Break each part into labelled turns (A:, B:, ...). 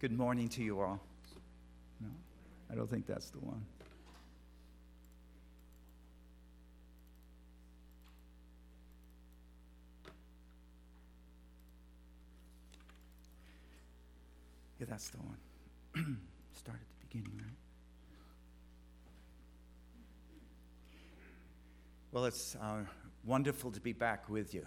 A: Good morning to you all. No, I don't think that's the one. Yeah, that's the one. Start at the beginning, right? Well, it's uh, wonderful to be back with you.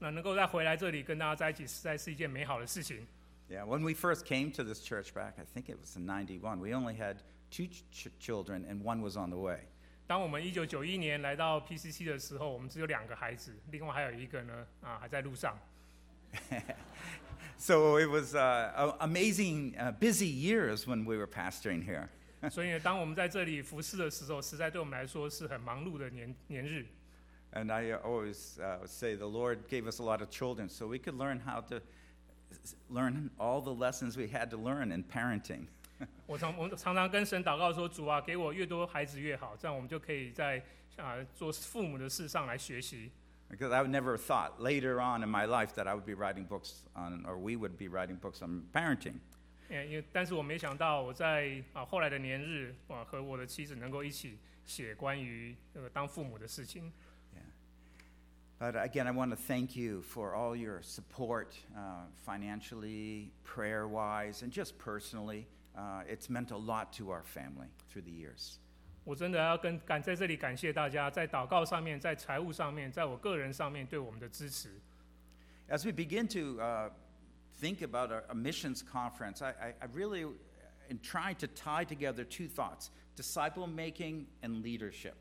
B: 那能够再回来这里跟大家在一起，实在是一件美好的事情。
A: Yeah, when we first came to this church back, I think it was in 91, we only had two ch- ch- children and one was on the way.
B: 当我们一九九一年来到 PCC 的时候，我们只有两个孩子，另外还有一个呢啊还在路上。
A: So it was uh, a- amazing, uh, busy years when we were pastoring here.
B: 所以呢，当我们在这里服侍的时候，实在对我们来说是很忙碌的年年日。
A: And I uh, always uh, say the Lord gave us a lot of children so we could learn how to s- learn all the lessons we had to learn in parenting.
B: 我常我常常跟神祷告说：“主啊，给我越多孩子越好，这样我们就可以在啊做父母的事上来学习。
A: Because I would never thought later on in my life that I would be writing books on, or we would be writing books on parenting. ”
B: 嗯，因为但是我没想到我在啊后来的年日啊和我的妻子能够一起写关于那个当父母的事情。
A: Yeah. But again, I want to thank you for all your support uh, financially, prayer wise, and just personally. Uh, it's meant a lot to our family through the years.
B: 我真的要跟感在这里感谢大家，在祷告上面，在财务上面，在我个人上面对我们的支持。
A: As we begin to uh, think about our, a missions conference, I, I, I really am trying to tie together two thoughts disciple making and leadership.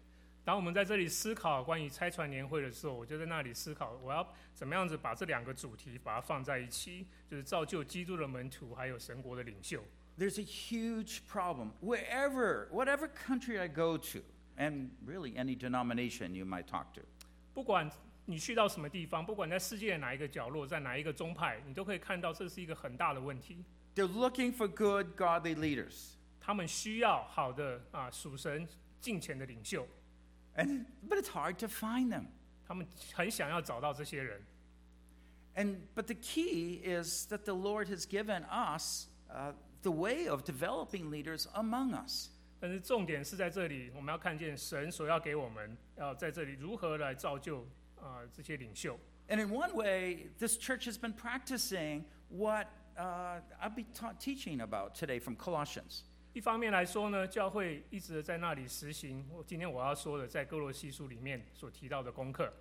B: 当我们在这里思考关于拆船年会的时候，我就在那里思考，我要怎么样子把这两个主题把它放在一起，就是造就基督的门徒，还有神国的领袖。
A: There's a huge problem wherever, whatever country I go to, and really any denomination you might talk to.
B: 不管你去到什么地方，不管在世界的哪一个角落，在哪一个宗派，你都可以看到这是一个很大的问题。
A: They're looking for good, godly leaders.
B: 他们需要好的啊属神敬虔的领袖，
A: And, but it's hard to find them.
B: 他们很想要找到这些人。
A: And, but the key is that the Lord has given us uh, the way of developing leaders among us.
B: 但是重点是在这里，我们要看见神所要给我们，要在这里如何来造就啊、呃这些领袖。
A: And in one way, this church has been practicing what uh, I'll be ta- teaching about today from Colossians.
B: 一方面来说呢，教会一直在那里实行我今天我要说的，在哥罗西书里面所提到的功课。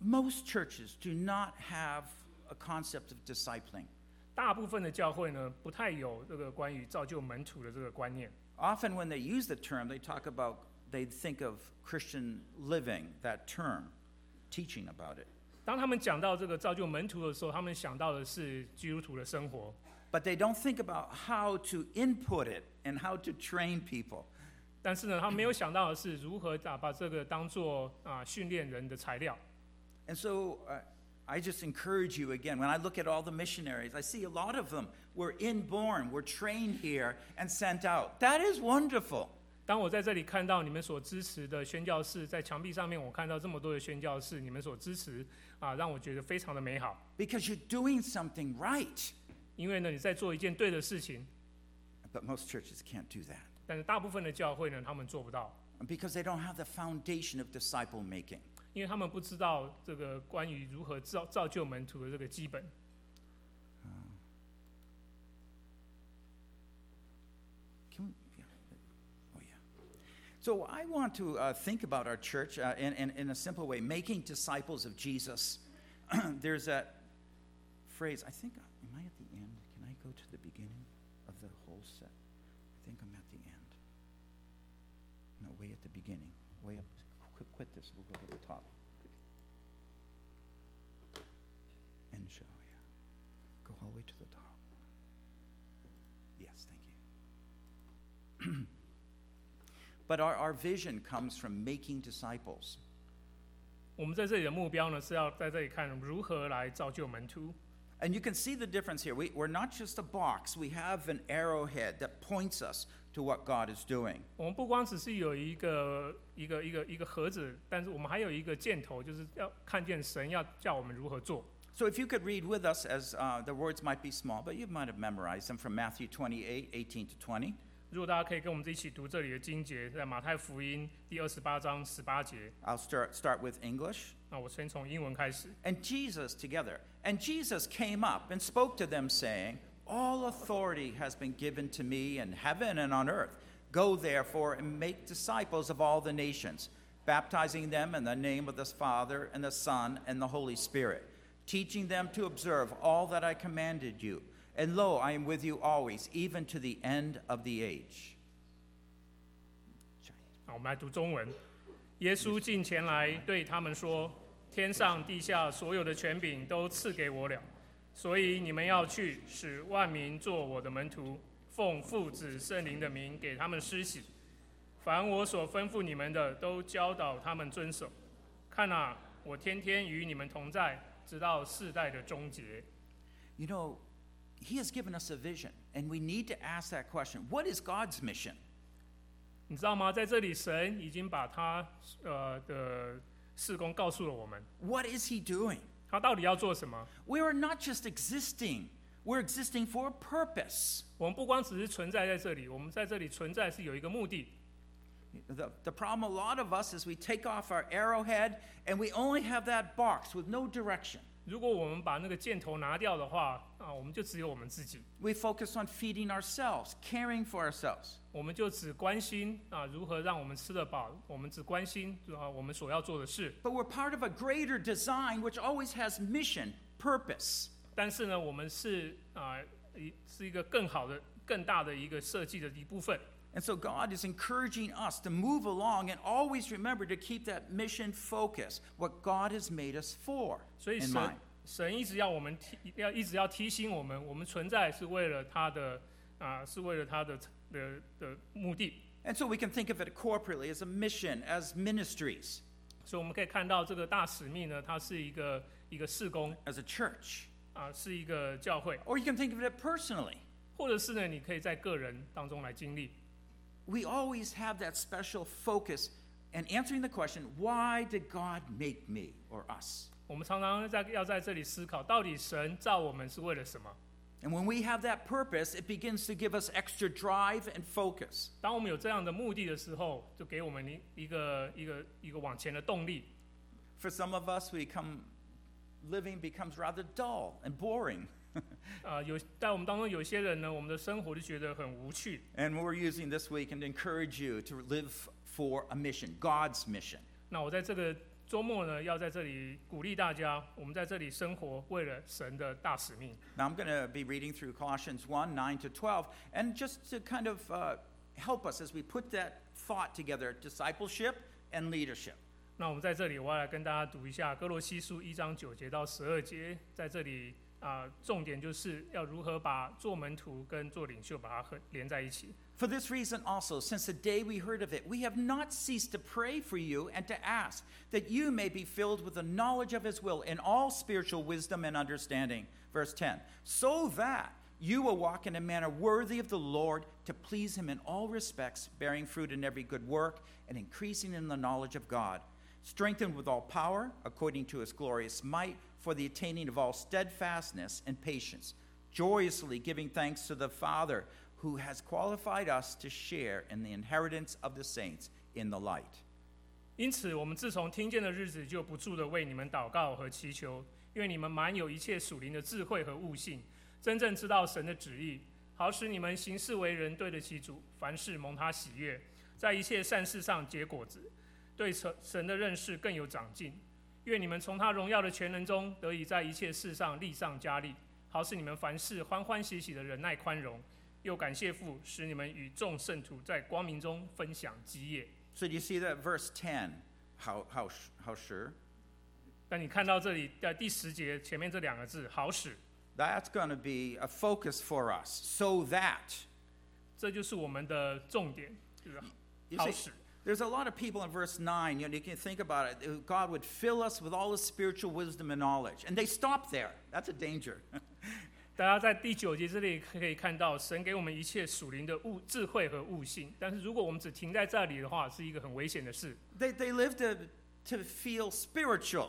A: Most churches do not have a concept of discipling.
B: 大部分的教会呢，不太有这个关于造就门徒的这个观念。
A: Often, when they use the term, they talk about, they think of Christian living, that term, teaching about it.
B: 当他们讲到这个造就门徒的时候，他们想到的是基督徒的生活，
A: But they don't think about how to input it and how to train people.
B: 但是呢，他们没有想到的是如何把把这个当做啊、训练人的材料。
A: And so uh, I just encourage you again. When I look at all the missionaries, I see a lot of them were inborn, were trained here, and sent out. That is wonderful.
B: 当我在这里看到你们所支持的宣教士，在墙壁上面我看到这么多的宣教士，你们所支持啊，让我觉得非常的美好。
A: Because you're doing something right.
B: 因为呢，你在做一件对的事情，
A: But most churches can't do that
B: 但是大部分的教会呢，他们做不到，
A: because they don't have the foundation of disciple making.
B: 因为他们不知道这个关于如何造造就门徒的这个基本。
A: Can we, yeah. Oh, yeah. So I want to uh, think about our church uh, in, in, in a simple way, making disciples of Jesus. There's that phrase, I think, am I at the end? Can I go to the beginning of the whole set? I think I'm at the end. No, way at the beginning. Way up. Quit, quit this. We'll go to the top. And show, yeah. Go all the way to the top. Yes, thank you. But our, our vision comes from making disciples.
B: 我们在这里的目标呢，是要在这里看如何来造就门徒。
A: And you can see the difference here. We, we're not just a box, we have an arrowhead that points us to what God is doing.
B: 我们不光只是有一个一个一个一个盒子，但是我们还有一个箭头，就是要看见神要叫我们如何做。
A: So if you could read with us, as uh, the words might be small, but you might have memorized them from Matthew 28 18 to 20.
B: 如果大家可以跟我们一起读这里的经节，在马太福音第二十八章十八节。
A: I'll start, start with English.
B: 那我先从英文开始。
A: And Jesus together. And Jesus came up and spoke to them, saying, All authority has been given to me in heaven and on earth. Go therefore and make disciples of all the nations, baptizing them in the name of the Father and the Son and the Holy Spirit, teaching them to observe all that I commanded you. And lo, I am with you always, even to the end of the age.
B: 好，我们来读中文。耶稣进前来对他们说：“天上地下所有的权柄都赐给我了，所以你们要去，使万民做我的门徒，奉父子圣灵的名给他们施洗。凡我所吩咐你们的，都教导他们遵守。看啊，我天天与你们同在，直到世代的终结。”
A: You know, He has given us a vision, and we need to ask that question What is God's mission?
B: 你知道吗？在这里，神已经把他呃的事工告诉了我们，
A: What is He doing?
B: 他到底要做什么？
A: We are not just existing, we're existing for a purpose.
B: 我们不光只是存在在这里，我们在这里存在是有一个目的。
A: The, the problem a lot of us is we take off our arrowhead and we only have that box with no direction.
B: 如果我们把那个箭头拿掉的话，啊，我们就只有我们自己，
A: We focus on feeding ourselves, caring for ourselves.
B: 我们就只关心啊如何让我们吃得饱，我们只关心啊我们所要做的事。
A: But we're part of a greater design which always has mission, purpose.
B: 但是呢，我们是啊一是一个更好的、更大的一个设计的一部分。
A: And so God is encouraging us to move along and always remember to keep that mission focus, what God has made us for
B: 所以
A: in
B: 神
A: mind.
B: 神一直要我们提，要一直要提醒我们，我们存在是为了他的啊、是为了他的的的目的。
A: And so we can think of it corporately as a mission, as ministries,
B: 所以我们可以看到这个大使命呢，它是一个一个事工
A: as a church.
B: 啊、是一个教会，
A: Or you can think of it personally.
B: 或者是呢，你可以在个人当中来经历。
A: We always have that special focus and answering the question, why did God make me or us?
B: 我们常常在要在这里思考，到底神造我们是为了什么？
A: And when we have that purpose, it begins to give us extra drive and focus.
B: 当我们有这样的目的的时候，就给我们一一个一个一个往前的动力。
A: For some of us, we come living becomes rather dull and boring.
B: 啊、有在我们当中有些人呢，我们的生活就觉得很无趣，
A: And we're using this week and encourage you to live for a mission, God's mission.
B: 那我在这个周末呢，要在这里鼓励大家，我们在这里生活，为了神的大使命。
A: Now, I'm going to be reading through Colossians 1 9 to 12, and just to kind of uh, help us as we put that thought together discipleship and leadership.
B: 那我们在这里，我要来跟大家读一下《哥罗西书》一章九节到十二节，在这里啊、重点就是要如何把做门徒跟做领袖把它和连在一起。
A: For this reason also, since the day we heard of it, we have not ceased to pray for you and to ask that you may be filled with the knowledge of his will in all spiritual wisdom and understanding. Verse 10 So that you will walk in a manner worthy of the Lord to please him in all respects, bearing fruit in every good work and increasing in the knowledge of God, strengthened with all power, according to his glorious might, for the attaining of all steadfastness and patience joyously giving thanks to the Father who has qualified us to share in the inheritance of the saints in the light.
B: 因此，我们自从听见的日子，就不住的为你们祷告和祈求，愿你们满有一切属灵的智慧和悟性，真正知道神的旨意，好使你们行事为人对得起主，凡事蒙他喜悦，在一切善事上结果子，对神神的认识更有长进。愿你们从他荣耀的全能中，得以在一切事上力上加力，好使你们凡事欢欢喜喜的忍耐宽容，又感谢父，使你们与众圣徒在光明中分享基业。
A: So do you see that verse 10? How, how, how sure?
B: 那你看到这里的第十节前面这两个字“好使
A: That's going to be a focus for us. So that ”，
B: 这就是我们的重点，就是
A: You
B: 好
A: see,
B: 使。
A: there's a lot of people in verse 9, you know, you can think about it. uh, God would fill us with all his spiritual wisdom and knowledge. And they stop there. That's a danger.
B: 大家在第九节这里可以看到，神给我们一切属灵的悟智慧和悟性。但是如果我们只停在这里的话，是一个很危险的事。
A: They, they live to, to feel spiritual.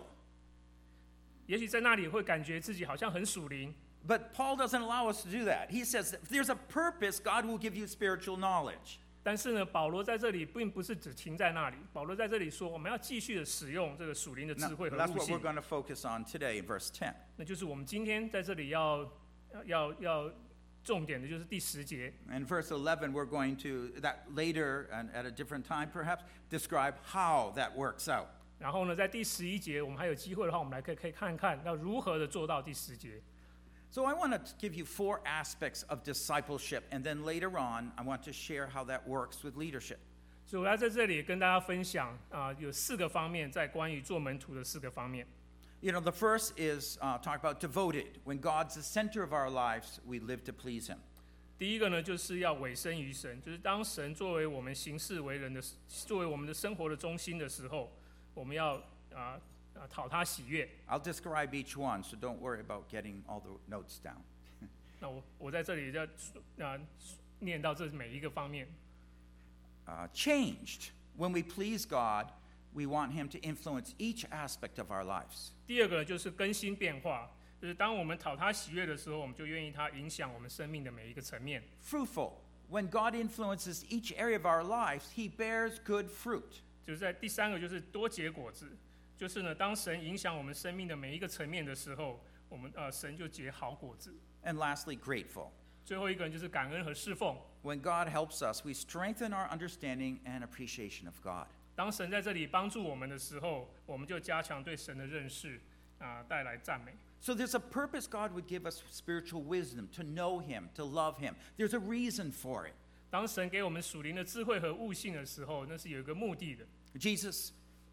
B: 也许在那里会感觉自己好像很属灵，
A: But Paul doesn't allow us to do that. He says that if there's a purpose, God will give you spiritual knowledge.
B: 但是呢，保罗在这里并不是只停在那里。保罗在这里说，我们要继续的使用这个属灵的
A: Now,
B: 智慧和
A: that's
B: 悟
A: what we're
B: 性，
A: going to focus on today in verse 10.
B: 那就是我们今天在这里要要要重点的就是第十节。
A: In verse 11, we're going to, that later and at a different time perhaps, describe how that works out.
B: 然后呢，在第十一节，我们还有机会的话，我们来可以可以看看要如何的做到第十节。
A: So I want to give you four aspects of discipleship, and then later on, I want to share how that works with leadership.
B: 所以我要在这里跟大家分享啊、有四个方面，在关于做门徒的四个方面。
A: You know, the first is uh, talk about devoted. When God's the center of our lives, we live to please Him.
B: 第一个呢，就是要委身于神，就是当神作为我们行事为人的，作为我们的生活的中心的时候，我们要啊啊讨他喜悦。
A: I'll describe each one, so don't worry about getting all the notes down.
B: 那我我在这里要啊念到这每一个方面。
A: Uh, changed. When we please God, we want Him to influence each aspect of our lives.
B: 第二个呢就是更新变化，就是当我们讨他喜悦的时候，我们就愿意他影响我们生命的每一个层面。
A: Fruitful. When God influences each area of our lives, He bears good fruit.
B: 就是在第三个就是多结果子，就是呢，当神影响我们生命的每一个层面的时候，我们呃神就结好果子。
A: And lastly, grateful.
B: 最后一个呢就是感恩和侍奉。
A: When God helps us, we strengthen our understanding and appreciation of God.
B: 当神在这里帮助我们的时候，我们就加强对神的认识，啊、带来赞美。
A: So there's a purpose God would give us spiritual wisdom to know Him, to love Him. There's a reason for it.
B: 当神给我们属灵的智慧和悟性的时候，那是有一个目的的。
A: Jesus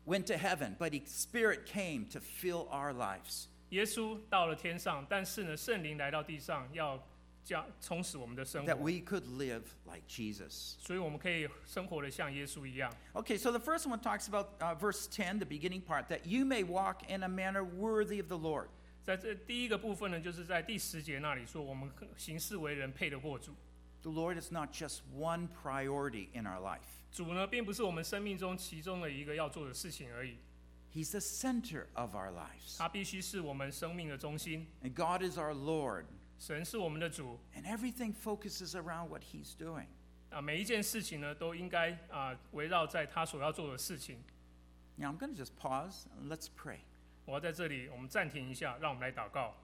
A: went to heaven, but His Spirit came to fill our lives.
B: 耶稣到了天上，但是呢，圣灵来到地上，要加充实我们的生
A: that
B: 活，
A: we could live like Jesus.
B: 所以我们可以生活的像耶稣一样。
A: Okay, so the first one talks about uh, verse 10, the beginning part, that you may walk in a manner worthy of the Lord.
B: 在这第一个部分呢，就是在第十节那里说，我们行事为人配得过主。
A: The Lord is not just one priority in our life,
B: 主呢，并不是我们生命中其中的一个要做的事情而已，
A: He's the center of our lives.
B: 它必须是我们生命的中心。
A: And God is our Lord,
B: 神是我们的主，
A: and everything focuses around what He's doing.
B: 啊，每一件事情呢，都应该啊围绕在他所要做的事情。
A: Now, I'm going to just pause and let's pray.
B: 我要在这里，我们暂停一下，让我们来祷告。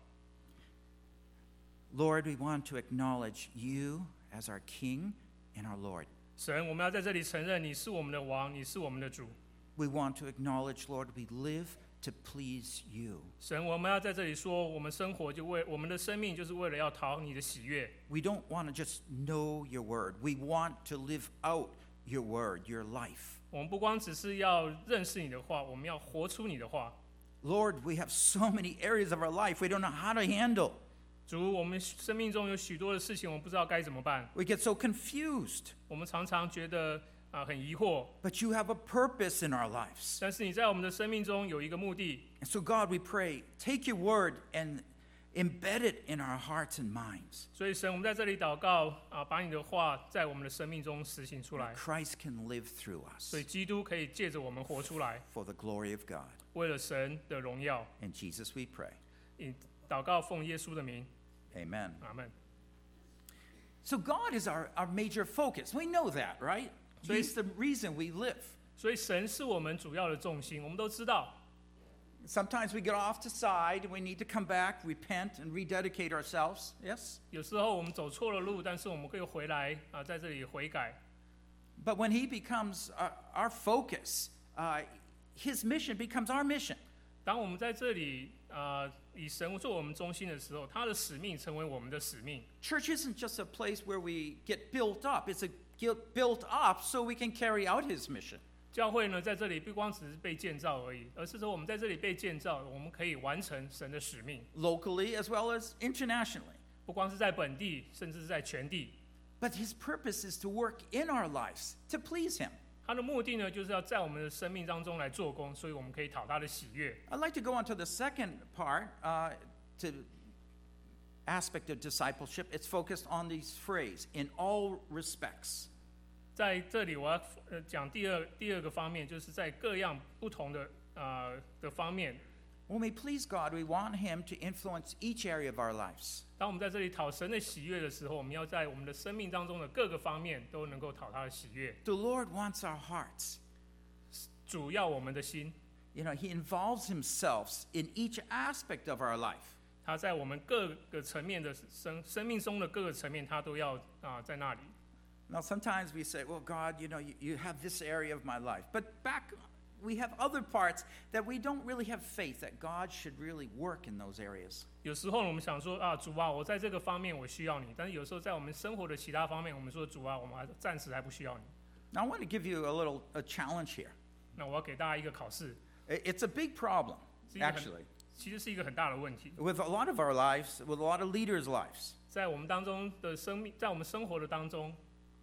A: Lord, we want to acknowledge you as our King and our Lord.
B: 神，我们要在这里承认你是我们的王，你是我们的主。
A: We want to acknowledge, Lord, we live to please you.
B: 神，我们要在这里说，我们生活就为我们的生命就是为了要讨你的喜悦。
A: We don't want to just know your word. We want to live out your word, your life.
B: 我们不光只是要认识你的话，我们要活出你的话。
A: Lord, we have so many areas of our life we don't know how to handle.
B: 主，我们生命中有许多的事情，我们不知道该怎么办。
A: We get so confused.
B: 我们常常觉得啊、很疑惑，
A: But you have a purpose in our lives.
B: 但是你在我们的生命中有一个目的，
A: And so, God, we pray, take your word and embed it in our hearts and minds.
B: 所以神，我们在这里祷告啊，把你的话在我们的生命中实行出来，
A: Christ can live through us
B: 所以基督可以借着我们活出来，
A: for the glory of God.
B: 为了神的荣耀。
A: In Jesus we pray.
B: 以祷告奉耶稣的名，
A: Amen.
B: 阿门。
A: So, God is our, our major focus. We know that, right?
B: So
A: He's the reason we live.
B: 所以神是我们主要的重心，我们都知道。
A: Sometimes we get off to side. We need to come back, repent, and rededicate ourselves. Yes?
B: 有时候我们走错了路，但是我们可以回来啊，在这里悔改。
A: But when He becomes our, our focus, uh, His mission becomes our mission.
B: 当我们在这里啊，以神做我们中心的时候，他的使命成为我们的使命。
A: Church isn't just a place where we get built up, it's a get built up so we can carry out His mission.
B: 教会呢，在这里不光只是被建造而已，而是说我们在这里被建造，我们可以完成神的使命。
A: Locally as well as internationally.
B: 不光是在本地，甚至是在全地。
A: But His purpose is to work in our lives to please Him.
B: 他的目的呢，就是要在我们的生命当中来做工，所以我们可以讨他的喜悦。
A: I'd like to go on to the second part uh, to aspect of discipleship, it's focused on this phrase in all respects.
B: 在这里我要呃讲第二第二个方面，就是在各样不同的呃的方面，
A: When we please God, we want Him to influence each area of our lives.
B: 当我们在这里讨神的喜悦的时候，我们要在我们的生命当中的各个方面都能够讨他的喜悦。
A: The Lord wants our hearts.
B: 主要我们的心，
A: You know, He involves Himself in each aspect of our life.
B: 他在我们各个层面的生生命中的各个层面，他都要啊、在那里。
A: Now, sometimes we say, well, God, you know, you, you have this area of my life. But back, we have other parts that we don't really have faith that God should really work in those areas.
B: 有时候我们想说啊，主啊，我在这个方面我需要你，但是有时候在我们生活的其他方面，我们说主啊，我们还暂时还不需要你。
A: Now, I want to give you a little a challenge here.
B: 那我要给大家一个考试，
A: I- It's a big problem,
B: So you have-
A: actually,
B: 其实是一个很大的问题，
A: with a lot of our lives, with a lot of leaders' lives.
B: 在我们当中的生命，在我们生活的当中。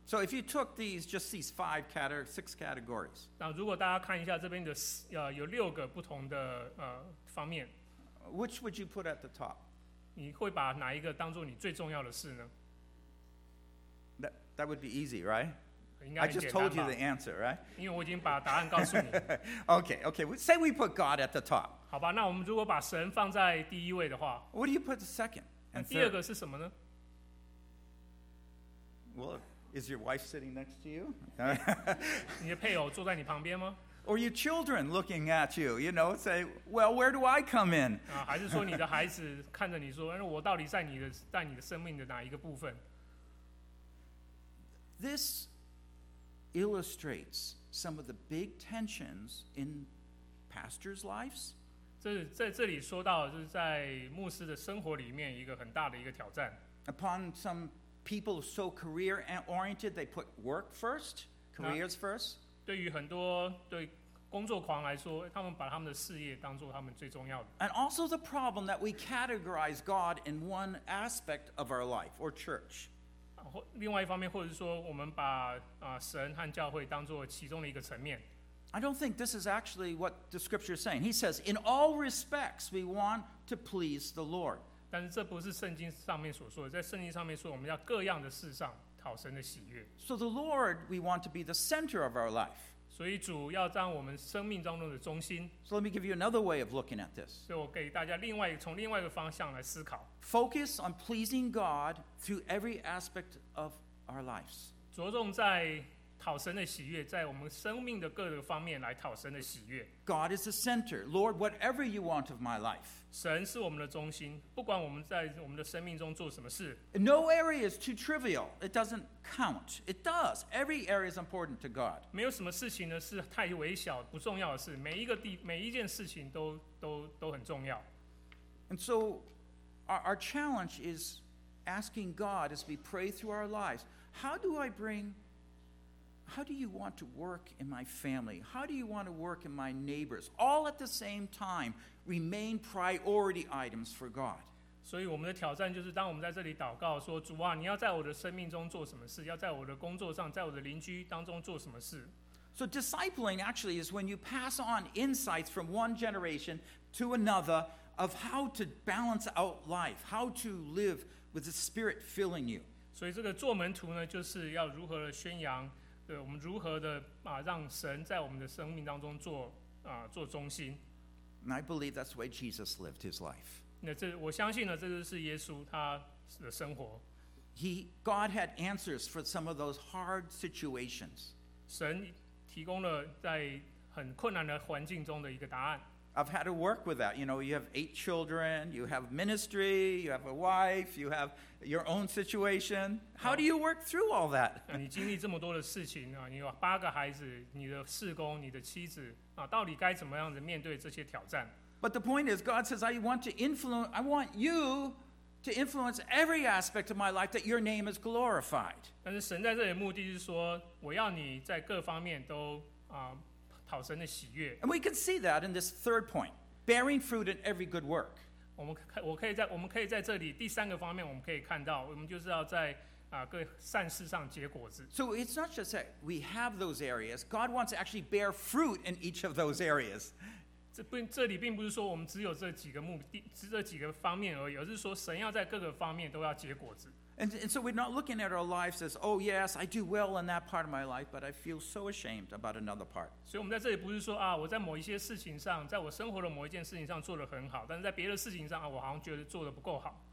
A: So, if you took these, just these five, cate- six categories,
B: 那如果大家看一下这边的四呃有六个不同的呃方面，
A: which would you put at the top?
B: 你会把哪一个当做你最重要的事呢？
A: That, that would be easy, right?
B: 应
A: I
B: 该
A: just
B: 很简
A: told
B: 单
A: you
B: 吧
A: the，answer, right?
B: 因为我已经把答案告诉你。
A: Okay, okay. we- Say we put God at the top.
B: 好吧，那我们如果把神放在第一位的话，
A: What do you put the second
B: 那
A: and
B: 第二
A: third?
B: 个是什么呢？
A: Well, is your wife sitting next to you?
B: 你的配偶坐在你旁边吗？
A: or your children looking at you, you know, say, well, where do I come in?
B: 啊，还是说你的孩子看着你说，哎我到底在你的在你的生命的哪一个部分？
A: This illustrates some of the big tensions in pastors' lives
B: 这是在这里说到，就是在牧师的生活里面一个很大的一个挑战。
A: upon some people so career a- oriented they put work first,
B: Now-
A: careers first.
B: 对于很多对工作狂来说，他们把他们的事业当做他们最重要的，
A: And also the problem that we categorize God in one aspect of our life or church.
B: 啊或另外一方面，或者是说我们把啊、神和教会当做其中的一个层面。
A: I don't think this is actually what the scripture is saying. He says, In all respects, we want to please the Lord.
B: 但是这不是圣经上面所说的，在圣经上面说我们要各样的事上讨神的喜悦。
A: So, the Lord, we want to be the center of our life.
B: 所以主要当我们生命当中的中心。
A: So, let me give you another way of looking at this
B: 所以我给大家另外从另外一个方向来思考，
A: focus on pleasing God through every aspect of our lives.
B: 着重在讨神的喜悦，在我们生命的各个方面来讨神的喜悦。
A: God is the center. Lord, whatever you want of my life.
B: 神是我们的中心，不管我们在我们的生命中做什么事，
A: No area is too trivial. It doesn't count. It does. Every area is important to God.
B: 没有什么事情呢是太微小不重要的事，每一个地每一件事情都都都很重要。
A: And so our, our challenge is asking God as we pray through our lives, how do I bring, how do you want to work in my family? How do you want to work in my neighbors? All at the same time remain priority items for God.
B: 所以我们的挑战就是，当我们在这里祷告说：“主啊，你要在我的生命中做什么事？要在我的工作上，在我的邻居当中做什么事？”
A: So discipling actually is when you pass on insights from one generation to another of how to balance out life, how to live with the Spirit filling you.
B: 所以这个做门徒呢，就是要如何的宣扬，对我们如何的啊，让神在我们的生命当中做啊做中心。
A: And I believe that's the way Jesus lived his life.
B: 那这我相信呢，这就是耶稣他的生活。
A: He, God had answers for some of those hard situations.
B: 神提供了在很困难的环境中的一个答案。
A: I've had to work with that. You know, you have eight children, you have ministry, you have a wife, you have your own situation. How do you work through all that?
B: 那你经历这么多的事情啊，你有八个孩子，你的事工，你的妻子啊，到底该怎么样子面对这些挑战？
A: But the point is, God says, I want to influence, I want you to influence every aspect of my life that your name is glorified.
B: 但是神在这里的目的是说，我要你在各方面都啊讨神的喜悦。
A: And we can see that in this third point bearing fruit in every good work.
B: 我们看，我可以在我们可以在这里第三个方面，我们可以看到，我们就是要在啊各善事上结果子。
A: So it's not just that we have those areas, God wants to actually bear fruit in each of those areas.
B: 这并这里并不是说我们只有这几个目的、这几个方面而已，而是说神要在各个方面都要结果子。
A: And, and so we're not looking at our lives as, oh, yes, I do well in that part of my life, but I feel so ashamed about another part.
B: 所以我们在这里不是说啊，我在某一些事情上，在我生活的某一件事情上做得很好，但是在别的事情上啊，我好像觉得做得不够好，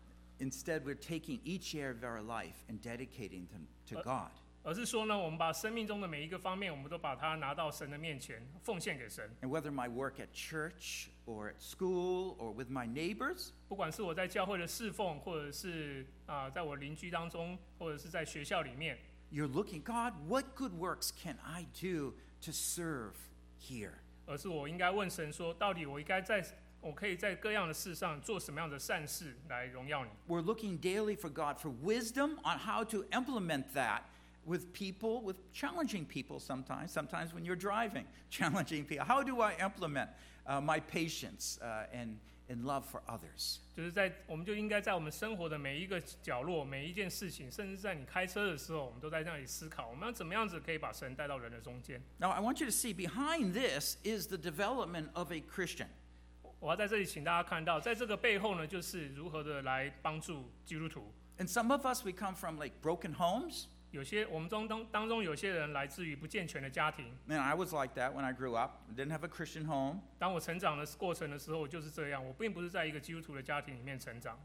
A: Instead, we're taking each area of our life and dedicating them to
B: Uh,
A: God.
B: 而是说呢，我们把生命中的每一个方面，我们都把它拿到神的面前，奉献给神。
A: And whether my work at church or at school or with my neighbors,
B: 不管是我在教会的侍奉，或者是啊、在我邻居当中，或者是在学校里面，
A: you're looking, God, what good works can I do to serve here?
B: 而是我应该问神说，到底我应该在我可以在各样的事上做什么样的善事来荣耀你？
A: We're looking daily for God for wisdom on how to implement that with people, with challenging people sometimes, sometimes when you're driving, challenging people. How do I implement uh, my patience uh, and, and love for others?
B: 就是在我们就应该在我们生活的每一个角落、每一件事情，甚至在你开车的时候，我们都在那里思考，我们要怎么样子可以把神带到人的中间。
A: Now, I want you to see behind this is the development of a Christian.
B: 我要在这里请大家看到，在这个背后呢，就是如何的来帮助基督徒。
A: And some of us, we come from like broken homes.
B: 有些我们中当当中有些人来自于不健全的家庭，
A: And I was like that when I grew up. I didn't have a Christian home.
B: 当我成长的过程的时候，我就是这样。我并不是在一个基督徒的家庭里面成长，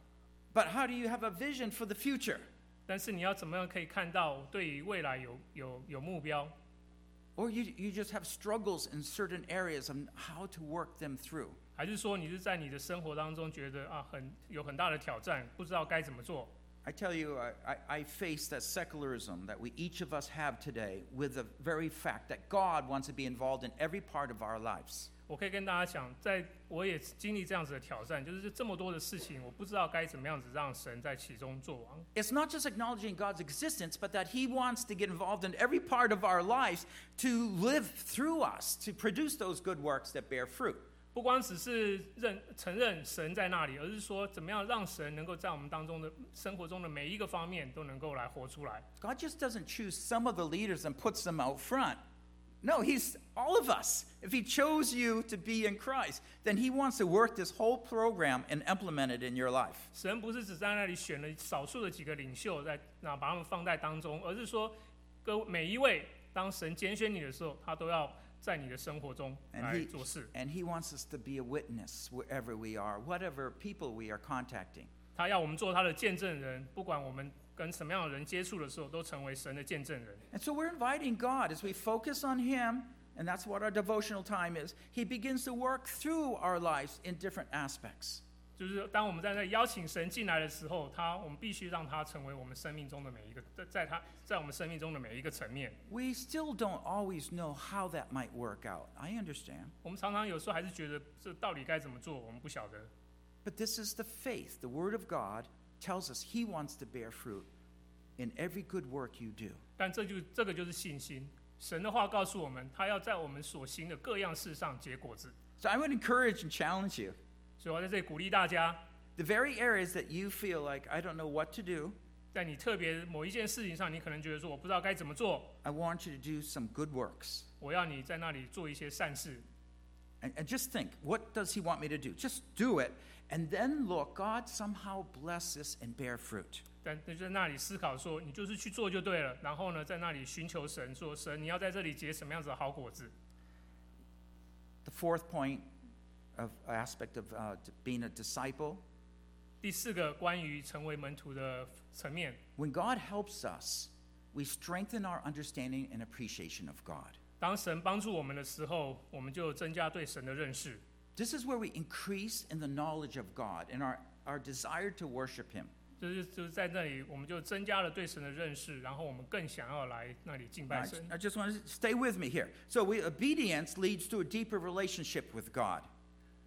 A: But how do you have a vision for the future?
B: 但是你要怎么样可以看到对于未来有有有目标，
A: Or you, you just have struggles in certain areas of how to work them through.
B: 还是说你是在你的生活当中觉得啊很有很大的挑战，不知道该怎么做？
A: I tell you, I, I, I face that secularism that we each of us have today with the very fact that God wants to be involved in every part of our lives.
B: 我可以跟大家讲，在我也经历这样子的挑战，就是这么多的事情，我不知道该怎么样子让神在其中做王。
A: It's not just acknowledging God's existence, but that He wants to get involved in every part of our lives to live through us, to produce those good works that bear fruit.
B: 不光只是认承认神在那里，而是说怎么样让神能够在我们当中的生活中的每一个方面都能够来活出来。
A: God just doesn't choose some of the leaders and puts them out front. No, He's all of us. If He chose you to be in Christ, then He wants to work this whole program and implement it in your life.
B: 神不是只在那里选了少数的几个领袖在那把他们放在当中，而是说，各每一位当神拣选你的时候，他都要在你的生活中
A: And
B: 来
A: he-
B: 做事，
A: And He wants us to be a witness wherever we are, whatever people we are contacting.
B: 他要我们做他的见证人，不管我们跟什么样的人接触的时候，都成为神的见证人。
A: And so we're inviting God as we focus on Him, and that's what our devotional time is. He begins to work through our lives in different aspects.
B: 就是当我们在那邀请神进来的时候，他我们必须让他成为我们生命中的每一个，在在他在我们生命中的每一个层面。
A: We still don't always know how that might work out. I understand.
B: 我们常常有时候还是觉得这到底该怎么做，我们不晓得。
A: But this is the faith. The Word of God tells us He wants to bear fruit in every good work you do.
B: 但这就这个就是信心。神的话告诉我们，他要在我们所行的各样事上结果子。
A: So I would encourage and challenge you.
B: 所以我在这里鼓励大家，
A: The very areas that you feel like I don't know what to do,
B: 在你特别某一件事情上，你可能觉得说我不知道该怎么做，
A: I want you to do some good works.
B: 我要你在那里做一些善事。
A: And, and just think, what does He want me to do? Just do it. And then look, God somehow bless this and bear fruit.
B: 但就在那里思考说，你就是去做就对了。然后呢，在那里寻求神，说神，你要在这里结什么样子的好果子？
A: The fourth point of aspect of uh, d- being a disciple
B: 第四个关于成为门徒的层面，
A: when God helps us, we strengthen our understanding and appreciation of God.
B: 当神帮助我们的时候，我们就增加对神的认识。
A: This is where we increase in the knowledge of God and our, our desire to worship Him.
B: 就是就是在那里，我们就增加了对神的认识，然后我们更想要来那里敬
A: I,
B: 拜神。
A: I just want to stay with me here. So, we, obedience leads to a deeper relationship with God.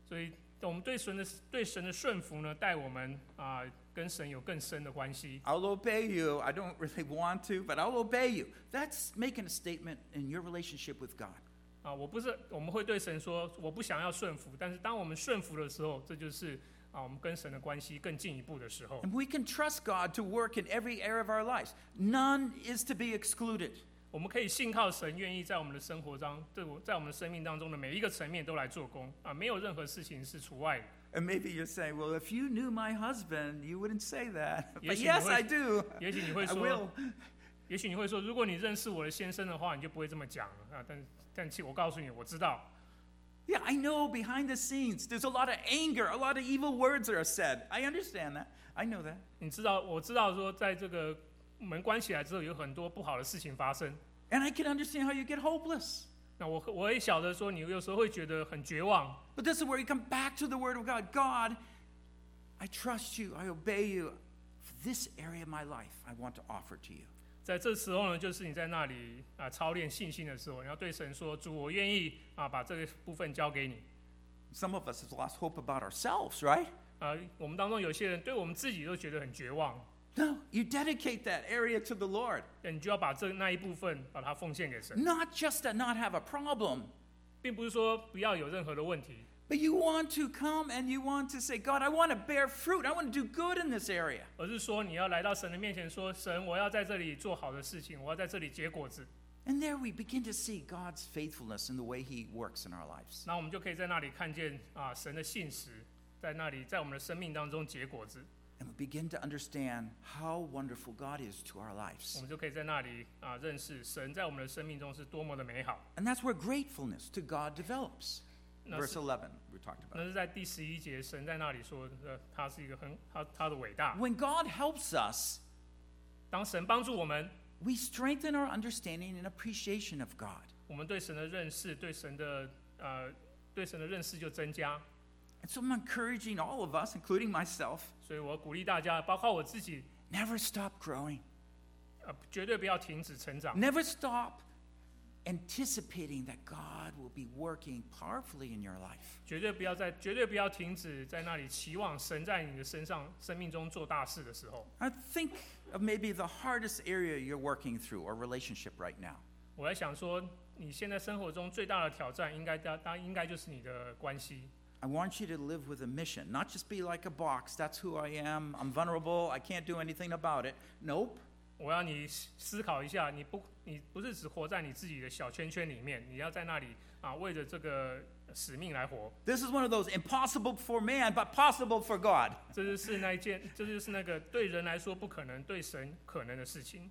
B: 所以，我们对神的对神的顺服呢，带我们啊、跟神有更深的关系。
A: I'll obey you. I don't really want to, but I'll obey you. That's making a statement in your relationship with God.
B: 啊，我不是我们会对神说我不想要顺服，但是当我们顺服的时候，这就是啊我们跟神的关系更进一步的时候。
A: And we can trust God to work in every area of our lives. None is to be excluded.
B: 我们可以信靠神愿意在我们的生活当，对我在我们的生命当中的每一个层面都来做工啊，没有任何事情是除外的。
A: And maybe you're saying, well, if you knew my husband, you wouldn't say that. But
B: Yes, you
A: yes,
B: would.
A: I do.
B: 也许你会
A: I
B: 说，
A: will.
B: 也许你会说，如果你认识我的先生的话，你就不会这么讲了啊。但但其实我告诉你，我知道
A: Yeah, I know behind the scenes, there's a lot of anger, a lot of evil words that are said. I understand that. I know that.
B: 你知道，我知道说，在这个门关起来之后，有很多不好的事情发生。
A: And I can understand how you get hopeless.
B: 那我我也晓得说，你有时候会觉得很绝望。
A: But this is where you come back to the Word of God. God, I trust you. I obey you. For this area of my life, I want to offer to you.
B: 在这时候呢，就是你在那里啊操练信心的时候，你要对神说：“主，我愿意啊，把这个部分交给你。
A: Some of us have lost hope about ourselves, right? ”
B: 啊，我们当中有些人对我们自己都觉得很绝望，
A: No, you dedicate that area to the Lord.
B: 那你就要把这那一部分把它奉献给神，
A: Not just to not have a problem,
B: 并不是说不要有任何的问题，
A: but you want to come and you want to say, God, I want to bear fruit. I want to do good in this area.
B: 而是说你要来到神的面前说：“神，我要在这里做好的事情，我要在这里结果子。
A: And there we begin to see God's faithfulness in the way He works in our lives. ”
B: 那我们就可以在那里看见啊神的信实，在那里在我们的生命当中结果子，
A: And we begin to understand how wonderful God is to our
B: 我
A: lives.
B: 们就可以在那里啊认识神在我们的生命中是多么的美好。
A: And that's where gratefulness to God develops.
B: 那
A: Verse
B: 是
A: 11, we talked about.
B: 那是在第十一节，神在那里说，呃，他是一个很他他的伟大。
A: When God helps us,
B: 当神帮助我们，
A: we strengthen our understanding and appreciation of God.
B: 我们对神的认识，对神的呃对神的认识就增加。
A: And so I'm encouraging all of us, including myself,
B: 所以我鼓励大家，包括我自己，
A: never stop growing.
B: 呃，绝对不要停止成长，
A: Never stop anticipating that God will be working powerfully in your life.
B: 绝对不要在绝对不要停止在那里期望神在你的身上生命中做大事的时候。
A: I think of maybe the hardest area you're working through or relationship right now.
B: 我在想说，你现在生活中最大的挑战，应该大大应该就是你的关系。
A: I want you to live with a mission, not just be like a box. That's who I am. I'm vulnerable. I can't do anything about it. Nope.
B: 我要你思思考一下，你不，你不是只活在你自己的小圈圈里面，你要在那里啊，为着这个使命来活。
A: This is one of those impossible for man, but possible for God.
B: 这就是那一件， 这就是那个对人来说不可能，对神可能的事情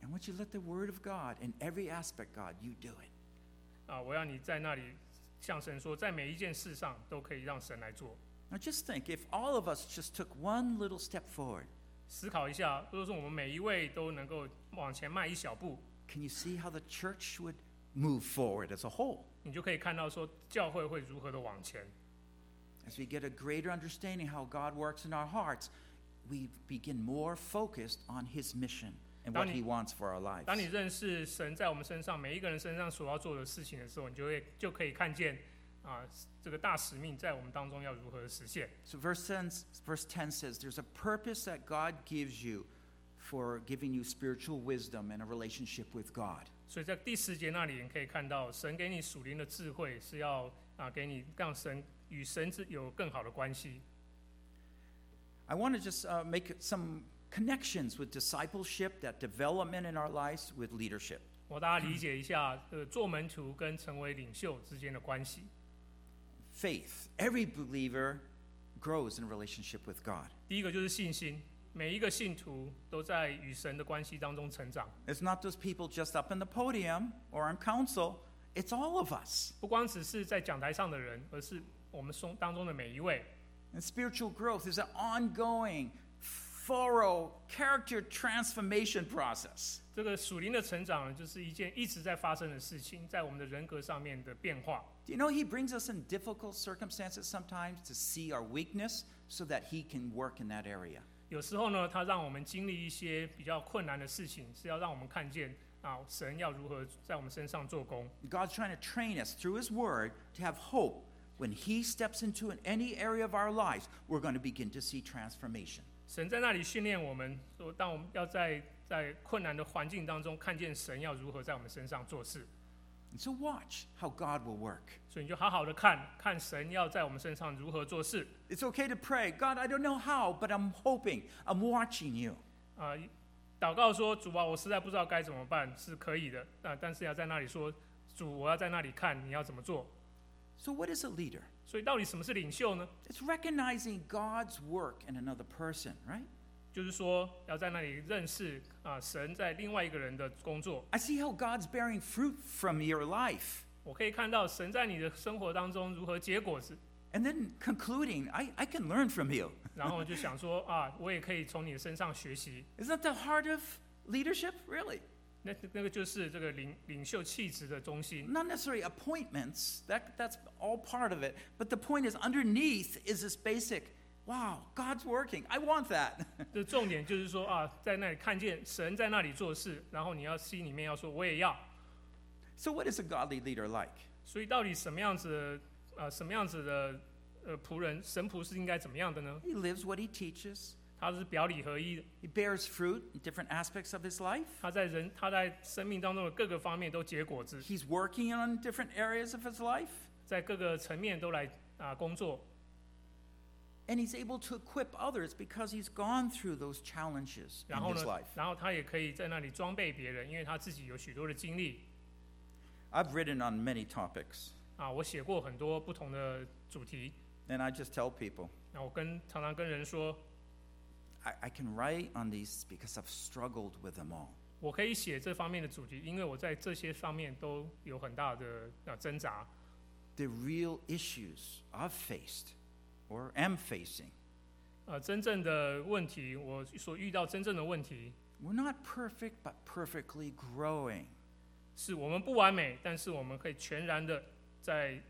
A: And once you let the Word of God in every aspect, God, you do it.
B: 啊！我要你在那里向神说，在每一件事上都可以让神来做。
A: Now just think if all of us just took one little step forward,
B: 思考一下，如果说我们每一位都能够往前迈一小步，
A: can you see how the church would move forward as a whole?
B: 你就可以看到说教会会如何的往前。
A: As we get a greater understanding how God works in our hearts, we begin more focused on His mission and what He
B: Donnie-
A: wants for our lives.
B: 当你认识神在我们身上每一个人身上所要做的事情的时候，你就会就可以看见啊、这个大使命在我们当中要如何实现。
A: So verse 10, verse 10 says, There's a purpose that God gives you for giving you spiritual wisdom and a relationship with God.
B: 所以在第十节那里，你可以看到神给你属灵的智慧是要啊、给你让神与神之有更好的关系。
A: I want to just uh, make some connections with discipleship, that development in our lives with leadership.
B: 我大家理解一下，呃，做门徒跟成为领袖之间的关系。
A: Faith. Every believer grows in relationship with God.
B: 第一个就是信心，每一个信徒都在与神的关系当中成长，
A: It's not those people just up in the podium or on council, it's all of us.
B: 不光只是在讲台上的人，而是我们中当中的每一位。
A: And spiritual growth is an ongoing, thorough character transformation process.
B: 这个属灵的成长呢，就是一件一直在发生的事情，在我们的人格上面的变化。
A: Do you know he brings us in difficult circumstances sometimes to see our weakness so that he can work in that area?
B: 有时候呢，它让我们经历一些比较困难的事情，是要让我们看见啊，神要如何在我们身上做工。
A: God's trying to train us through his word to have hope. When he steps into an- any area of our lives, we're going to begin to see transformation.
B: 神在那里训练我们，说当我们要在在困难的环境当中看见神要如何在我们身上做事。
A: And so watch how God will work.
B: 所以你就好好的看看神要在我们身上如何做事
A: It's okay to pray, God, I don't know how, but I'm hoping, I'm watching you.
B: 啊、祷告说：“主啊，我实在不知道该怎么办，是可以的。那但是要在那里说，主，我要在那里看你要怎么做。
A: So, what is a leader?
B: 所以到底什么是领袖呢？
A: It's recognizing God's work in another person, right?
B: 就是说要在那里认识啊，神在另外一个人的工作。
A: I see how God's bearing fruit from your life.
B: 我可以看到神在你的生活当中如何结果子，
A: And then concluding, I, I can learn from you.
B: 然后我就想说 啊，我也可以从你的身上学习。
A: Isn't that the heart of leadership, really?
B: 那那个就是这个领领袖气质的中心。
A: Not necessarily appointments, that, that's all part of it. But the point is, underneath is this basic wow, God's working. I want that.
B: 这重点就是说啊，在那里看见神在那里做事，然后你要心里面要说我也要。
A: so, what is a godly leader like?
B: 所以到底什么样子的呃什么样子的呃仆人神仆是应该怎么样的呢？
A: He lives what he teaches,
B: 他是表里合一的，
A: he bears fruit in different aspects of his life.
B: 他在人他在生命当中的各个方面都结果子，
A: He's working on different areas of his life,
B: 在各个层面都来啊、工作，
A: and he's able to equip others because he's gone through those challenges in
B: 然后
A: his
B: 呢
A: life.，
B: 然后他也可以在那里装备别人，因为他自己有许多的经历
A: I've written on many topics,
B: 啊。我写过很多不同的主题，
A: and I just tell people
B: 那我跟常常跟人说，
A: I, I can write on these because I've struggled with them all.
B: 我可以写这方面的主题，因为我在这些方面都有很大的啊挣扎。
A: The real issues I've faced or am facing.
B: 呃，真正的问题，我所遇到真正的问题，
A: We're not perfect, but perfectly growing.
B: 是我们不完美，但是我们可以全然呃的在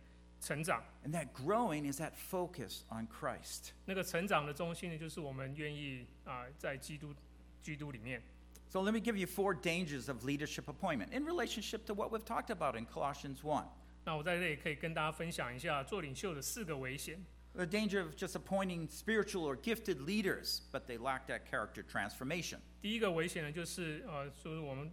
B: 成长。
A: And that growing is that focus on Christ.
B: 那个成长的中心呢，就是我们愿意啊、在基督基督里面。
A: So let me give you four dangers of leadership appointment in relationship to what we've talked about in Colossians 1.
B: 那我在这里可以跟大家分享一下做领袖的四个危险。
A: The danger of just appointing spiritual or gifted leaders, but they lack that character transformation.
B: 第一个危险呢，就是呃，就是我们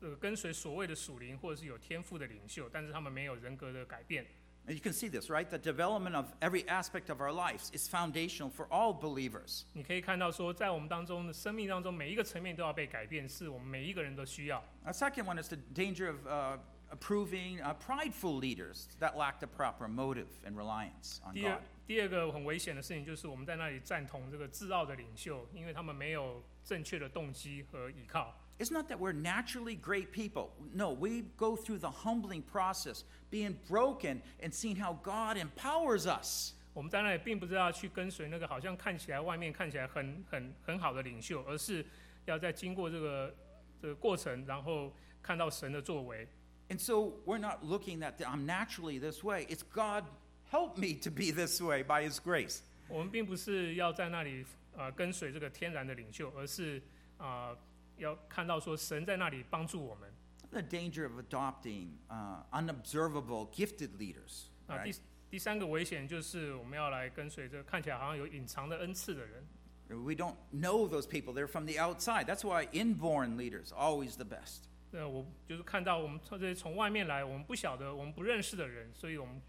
B: 呃跟随所谓的属灵或者是有天赋的领袖，但是他们没有人格的改变。
A: And you can see this, right? The development of every aspect of our lives is foundational for all believers.
B: 你可以看到说，在我们当中的生命当中，每一个层面都要被改变，是我们每一个人都需要。
A: A second one is the danger of uh, approving uh, prideful leaders that lack the proper motive and reliance on
B: 第二
A: God.
B: 第二个很危险的事情就是我们在那里赞同这个自傲的领袖，因为他们没有正确的动机和依靠。
A: It's not that we're naturally great people. No, we go through the humbling process, being broken and seeing how God empowers us.
B: 我们在那里并不是要去跟随那个好像看起来外面看起来很很很好的领袖，而是要在经过这个这个过程，然后看到神的作为。
A: And so we're not looking that I'm naturally this way. It's God help me to be this way by His grace.
B: 我们并不是要在那里呃跟随这个天然的领袖，而是啊、呃要看到说神在那里帮助我们。
A: The danger of adopting uh, unobservable, gifted leaders.
B: 啊，第
A: right?
B: 第三个危险就是我们要来跟随这个看起来好像有隐藏的恩赐的人。
A: We don't know those people. They're from the outside. That's why inborn leaders always the best.
B: 那我就是看到我们从这些从外面来，我们不晓得、我们不认识的人，所以我们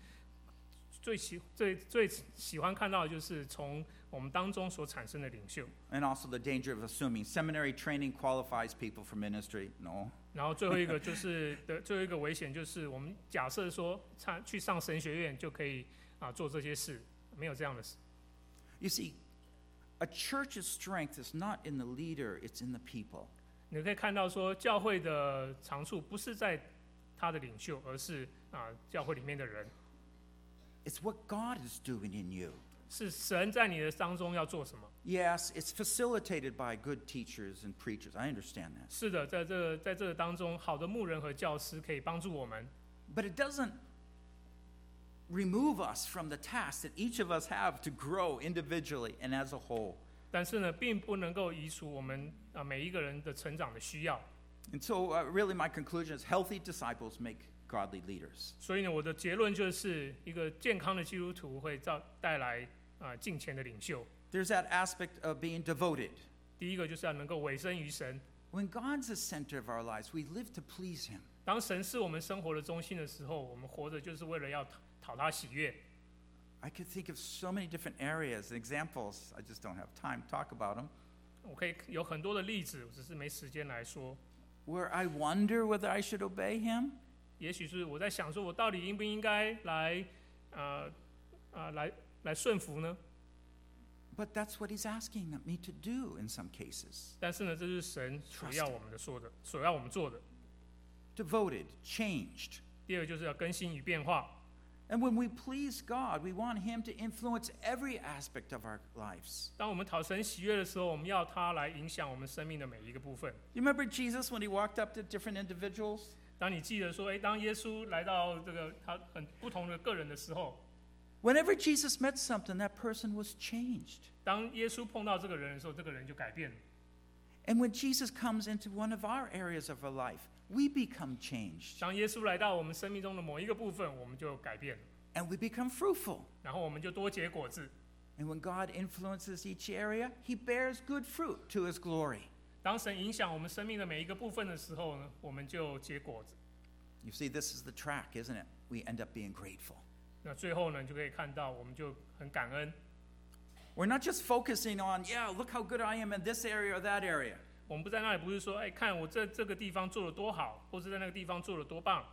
B: 最喜最最喜欢看到的就是从我们当中所产生的领袖。
A: And also the danger of assuming seminary training qualifies people for ministry. No.
B: 然后最后一个就是的最后一个危险就是我们假设说上去上神学院就可以啊做这些事，没有这样的事。
A: You see, a church's strength is not in the leader, it's in the people.
B: 你可以看到说教会的长处不是在他的领袖，而是啊教会里面的人。
A: It's what God is doing in you.
B: 是神在你的当中要做什么？
A: Yes, it's facilitated by good teachers and preachers. I understand that.
B: 是的，在这个在这个当中，好的牧人和教师可以帮助我们，
A: But it doesn't remove us from the task that each of us have to grow individually and as a whole.
B: 但是呢，并不能够移除我们啊、每一个人的成长的需要。
A: And so, uh, really, my conclusion is healthy disciples make godly leaders.
B: 所以呢，我的结论就是一个健康的基督徒会造带来啊、敬虔的领袖。
A: There's that aspect of being devoted.
B: 第一个就是要能够委身于神。
A: When God's the center of our lives, we live to please Him.
B: 当神是我们生活的中心的时候，我们活着就是为了要讨讨他喜悦。
A: I could think of so many different areas and examples. I just don't have time to talk about them.
B: 我可以有很多的例子，我只是没时间来说。
A: where I wonder whether I should obey him?
B: 也许是我在想，说我到底应不应该来，呃，啊、来来顺服呢？
A: But that's what he's asking me to do in some cases.
B: 但是呢，这是神所
A: Trust
B: 要我们的说的，所要我们做的。
A: Devoted, changed.
B: 第二个就是要更新与变化。
A: And when we please God, we want him to influence every aspect of our lives.
B: 当我们讨神喜悦的时候，我们要他来影响我们生命的每一个部分。
A: You remember Jesus when he walked up to different individuals?
B: 当你记得说，诶，当耶稣来到这个他很不同的个人的时候，
A: Whenever Jesus met something, that person was changed.
B: 当耶稣碰到这个人的时候，这个人就改变了。
A: And when Jesus comes into one of our areas of our life, we become changed
B: 当耶稣来到我们生命中的某一个部分，我们就改变了，
A: and we become fruitful.
B: 然后我们就多结果子。
A: And when God influences each area, he bears good fruit to his glory.
B: 当神影响我们生命的每一个部分的时候呢，我们就结果子。
A: You see, this is the track, isn't it? We end up being grateful.
B: 那最后呢，你就可以看到，我们就很感恩。
A: We're not just focusing on, yeah, look how good I am in this area or that area.
B: 我们不在那里，不是说，哎，看我这这个地方做的多好，或是在那个地方做的多棒。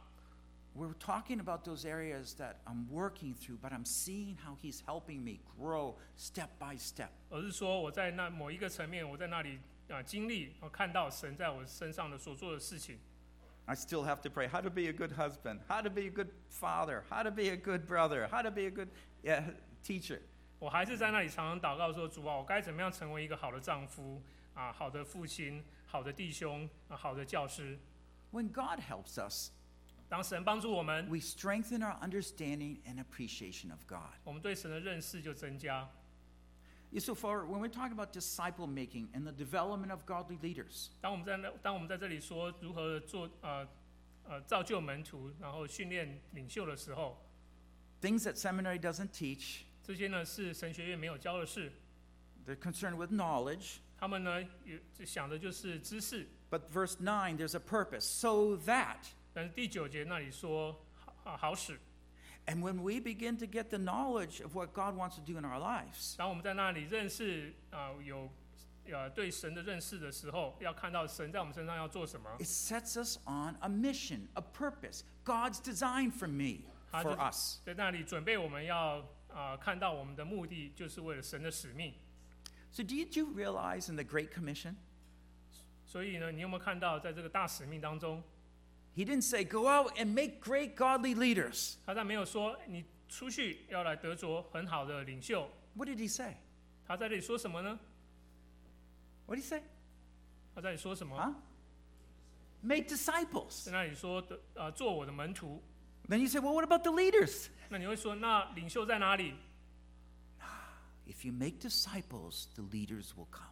A: We're talking about those areas that I'm working through, but I'm seeing how He's helping me grow step by step.
B: 而是说我在那某一个层面，我在那里啊、经历，我看到神在我身上的所做的事情。
A: I still have to pray how to be a good husband, how to be a good father, how to be a good brother, how to be a good yeah, teacher.
B: 我还是在那里常常祷告说：“主啊，我该怎么样成为一个好的丈夫啊，好的父亲，好的弟兄，啊，好的教师？”
A: When God helps us,
B: 当神帮助我们，
A: we strengthen our understanding and appreciation of God.
B: 我们对神的认识就增加。
A: Yeah, So, for when we're talking about disciple making and the development of godly leaders,
B: 当我们在那，当我们在这里说如何做呃呃造就门徒，然后训练领袖的时候，
A: things that seminary doesn't teach,
B: 这些呢是神学院没有教的事。
A: they're concerned with knowledge.
B: 他们呢也就想的就是知识，
A: But verse 9, there's a purpose. So that,
B: 但是第九节那里说好啊好使。
A: and when we begin to get the knowledge of what God wants to do in our lives,
B: 当我们在那里认识啊、有呃对神的认识的时候，要看到神在我们身上要做什么，
A: it sets us on a mission, a purpose, God's design for me,
B: How
A: for
B: does-
A: us.
B: 在那里准备我们要啊、看到我们的目的就是为了神的使命。
A: So, did you realize in the Great Commission,
B: 所以呢，你有没有看到在这个大使命当中，
A: he didn't say, go out and make great godly leaders.
B: 他在没有说你出去要来得着很好的领袖，
A: What did he say?
B: 他在这里说什么呢？
A: What did he say?
B: 他在这里说什么？
A: Huh? Make disciples.
B: 在那里说的呃做我的门徒。
A: Then you say, well, what about the leaders?
B: 那你会说，那领袖在哪里？
A: If you make disciples, the leaders will come.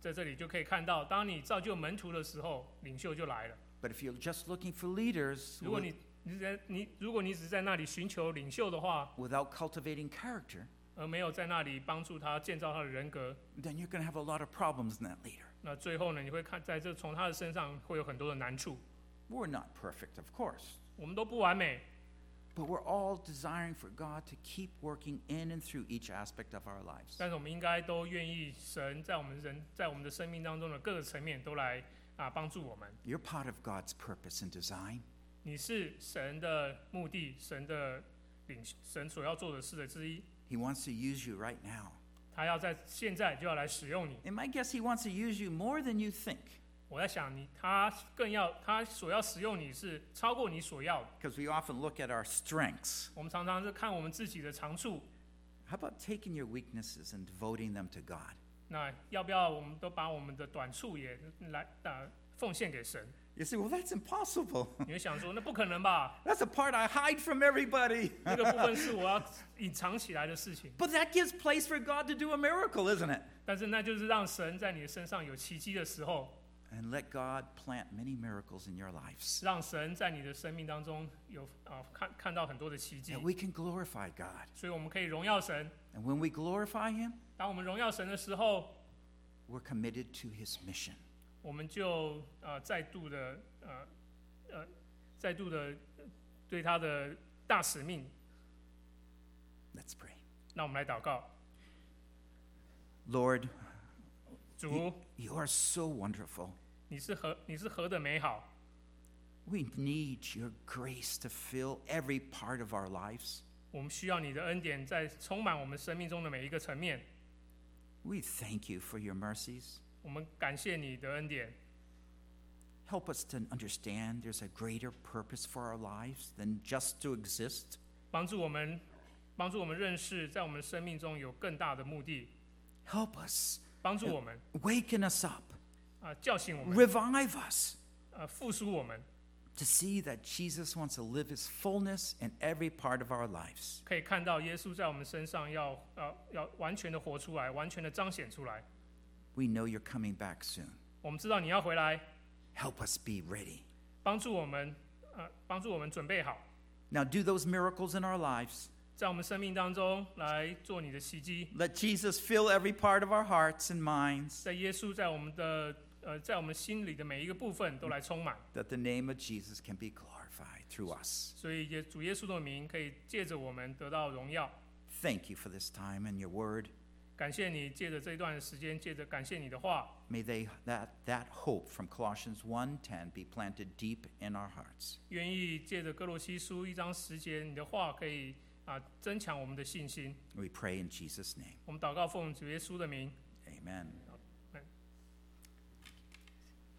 B: 在这里就可以看到，当你造就门徒的时候，领袖就来了。
A: But if you're just looking for leaders
B: 如果
A: wi-
B: 你你只在你如果你只是在那里寻求领袖的话，
A: without cultivating character,
B: 而没有在那里帮助他建造他的人格，
A: then you're going to have a lot of problems in that leader.
B: 那最后呢，你会看在这从他的身上会有很多的难处。
A: We're not perfect, of course,
B: 我们都不完美，
A: but we're all desiring for God to keep working in and through each aspect of our lives.
B: 但是我们应该都愿意神在我们人在我们的生命当中的各个层面都来啊帮助我们。
A: You're part of God's purpose and design.
B: 你是神的目的，神的领神所要做的事的之一。
A: He wants to use you right now.
B: 他要在现在就要来使用你。
A: And my guess, He wants to use you more than you think,
B: 我在想你，他更要他所要使用你是超过你所要的。
A: because we often look at our strengths.
B: 我们常常是看我们自己的长处，
A: How about taking your weaknesses and devoting them to God?
B: 那要不要我们都把我们的短处也来啊、奉献给神？
A: You say, well, that's impossible.
B: 你会想说，那不可能吧？
A: That's a part I hide from everybody.
B: 那个部分是我要隐藏起来的事情，
A: But that gives place for God to do a miracle, isn't it?
B: 但是那就是让神在你的身上有奇迹的时候，
A: And let God plant many miracles in your lives.
B: 让神在你的生命当中有啊、看看到很多的奇迹
A: That，we can glorify God.
B: 所以我们可以荣耀神。
A: And when we glorify Him,
B: 当我们荣耀神的时候，
A: we're committed to His mission.
B: 我们就呃再度的呃呃再度的对他的大使命，
A: Let's pray.
B: 让我们来祷告。
A: Lord,
B: 主，
A: You are so wonderful.
B: 你是何你是何等美好！
A: We need your grace to fill every part of our lives.
B: 我们需要你的恩典在充满我们生命中的每一个层面。
A: We thank you for your mercies.
B: 我们感谢你的恩典，
A: Help us to understand there's a greater purpose for our lives than just to exist.
B: 帮助我们，帮助我们认识，在我们生命中有更大的目的，
A: Help us.
B: 帮助我们
A: Waken us up.
B: 啊、叫醒我们，
A: Revive us
B: 呃，复苏我们，
A: to see that Jesus wants to live his fullness in every part of our lives.
B: 可以看到耶稣在我们身上要呃要完全的活出来，完全的彰显出来。
A: We know you're coming back soon.
B: 我们知道你要回来，
A: Help us be ready.
B: 帮助我们，呃，帮助我们准备好，
A: Now do those miracles in our lives.
B: 在我们生命当中来做你的奇迹。
A: Let Jesus fill every part of our hearts and minds,
B: 在耶稣在我们的呃，在我们心里的每一个部分都来充满，
A: that the name of Jesus can be glorified through us.
B: 所以也主耶稣的名可以借着我们得到荣耀。
A: Thank you for this time and your word.
B: 感谢你借着这段时间，借着感谢你的话，
A: May they, that, that hope from Colossians 1.10 be planted deep in our hearts.
B: 愿意借着哥罗西书一章十节，你的话可以啊、增强我们的信心。
A: We pray in Jesus' name.
B: 我们祷告奉主耶稣的名，
A: Amen.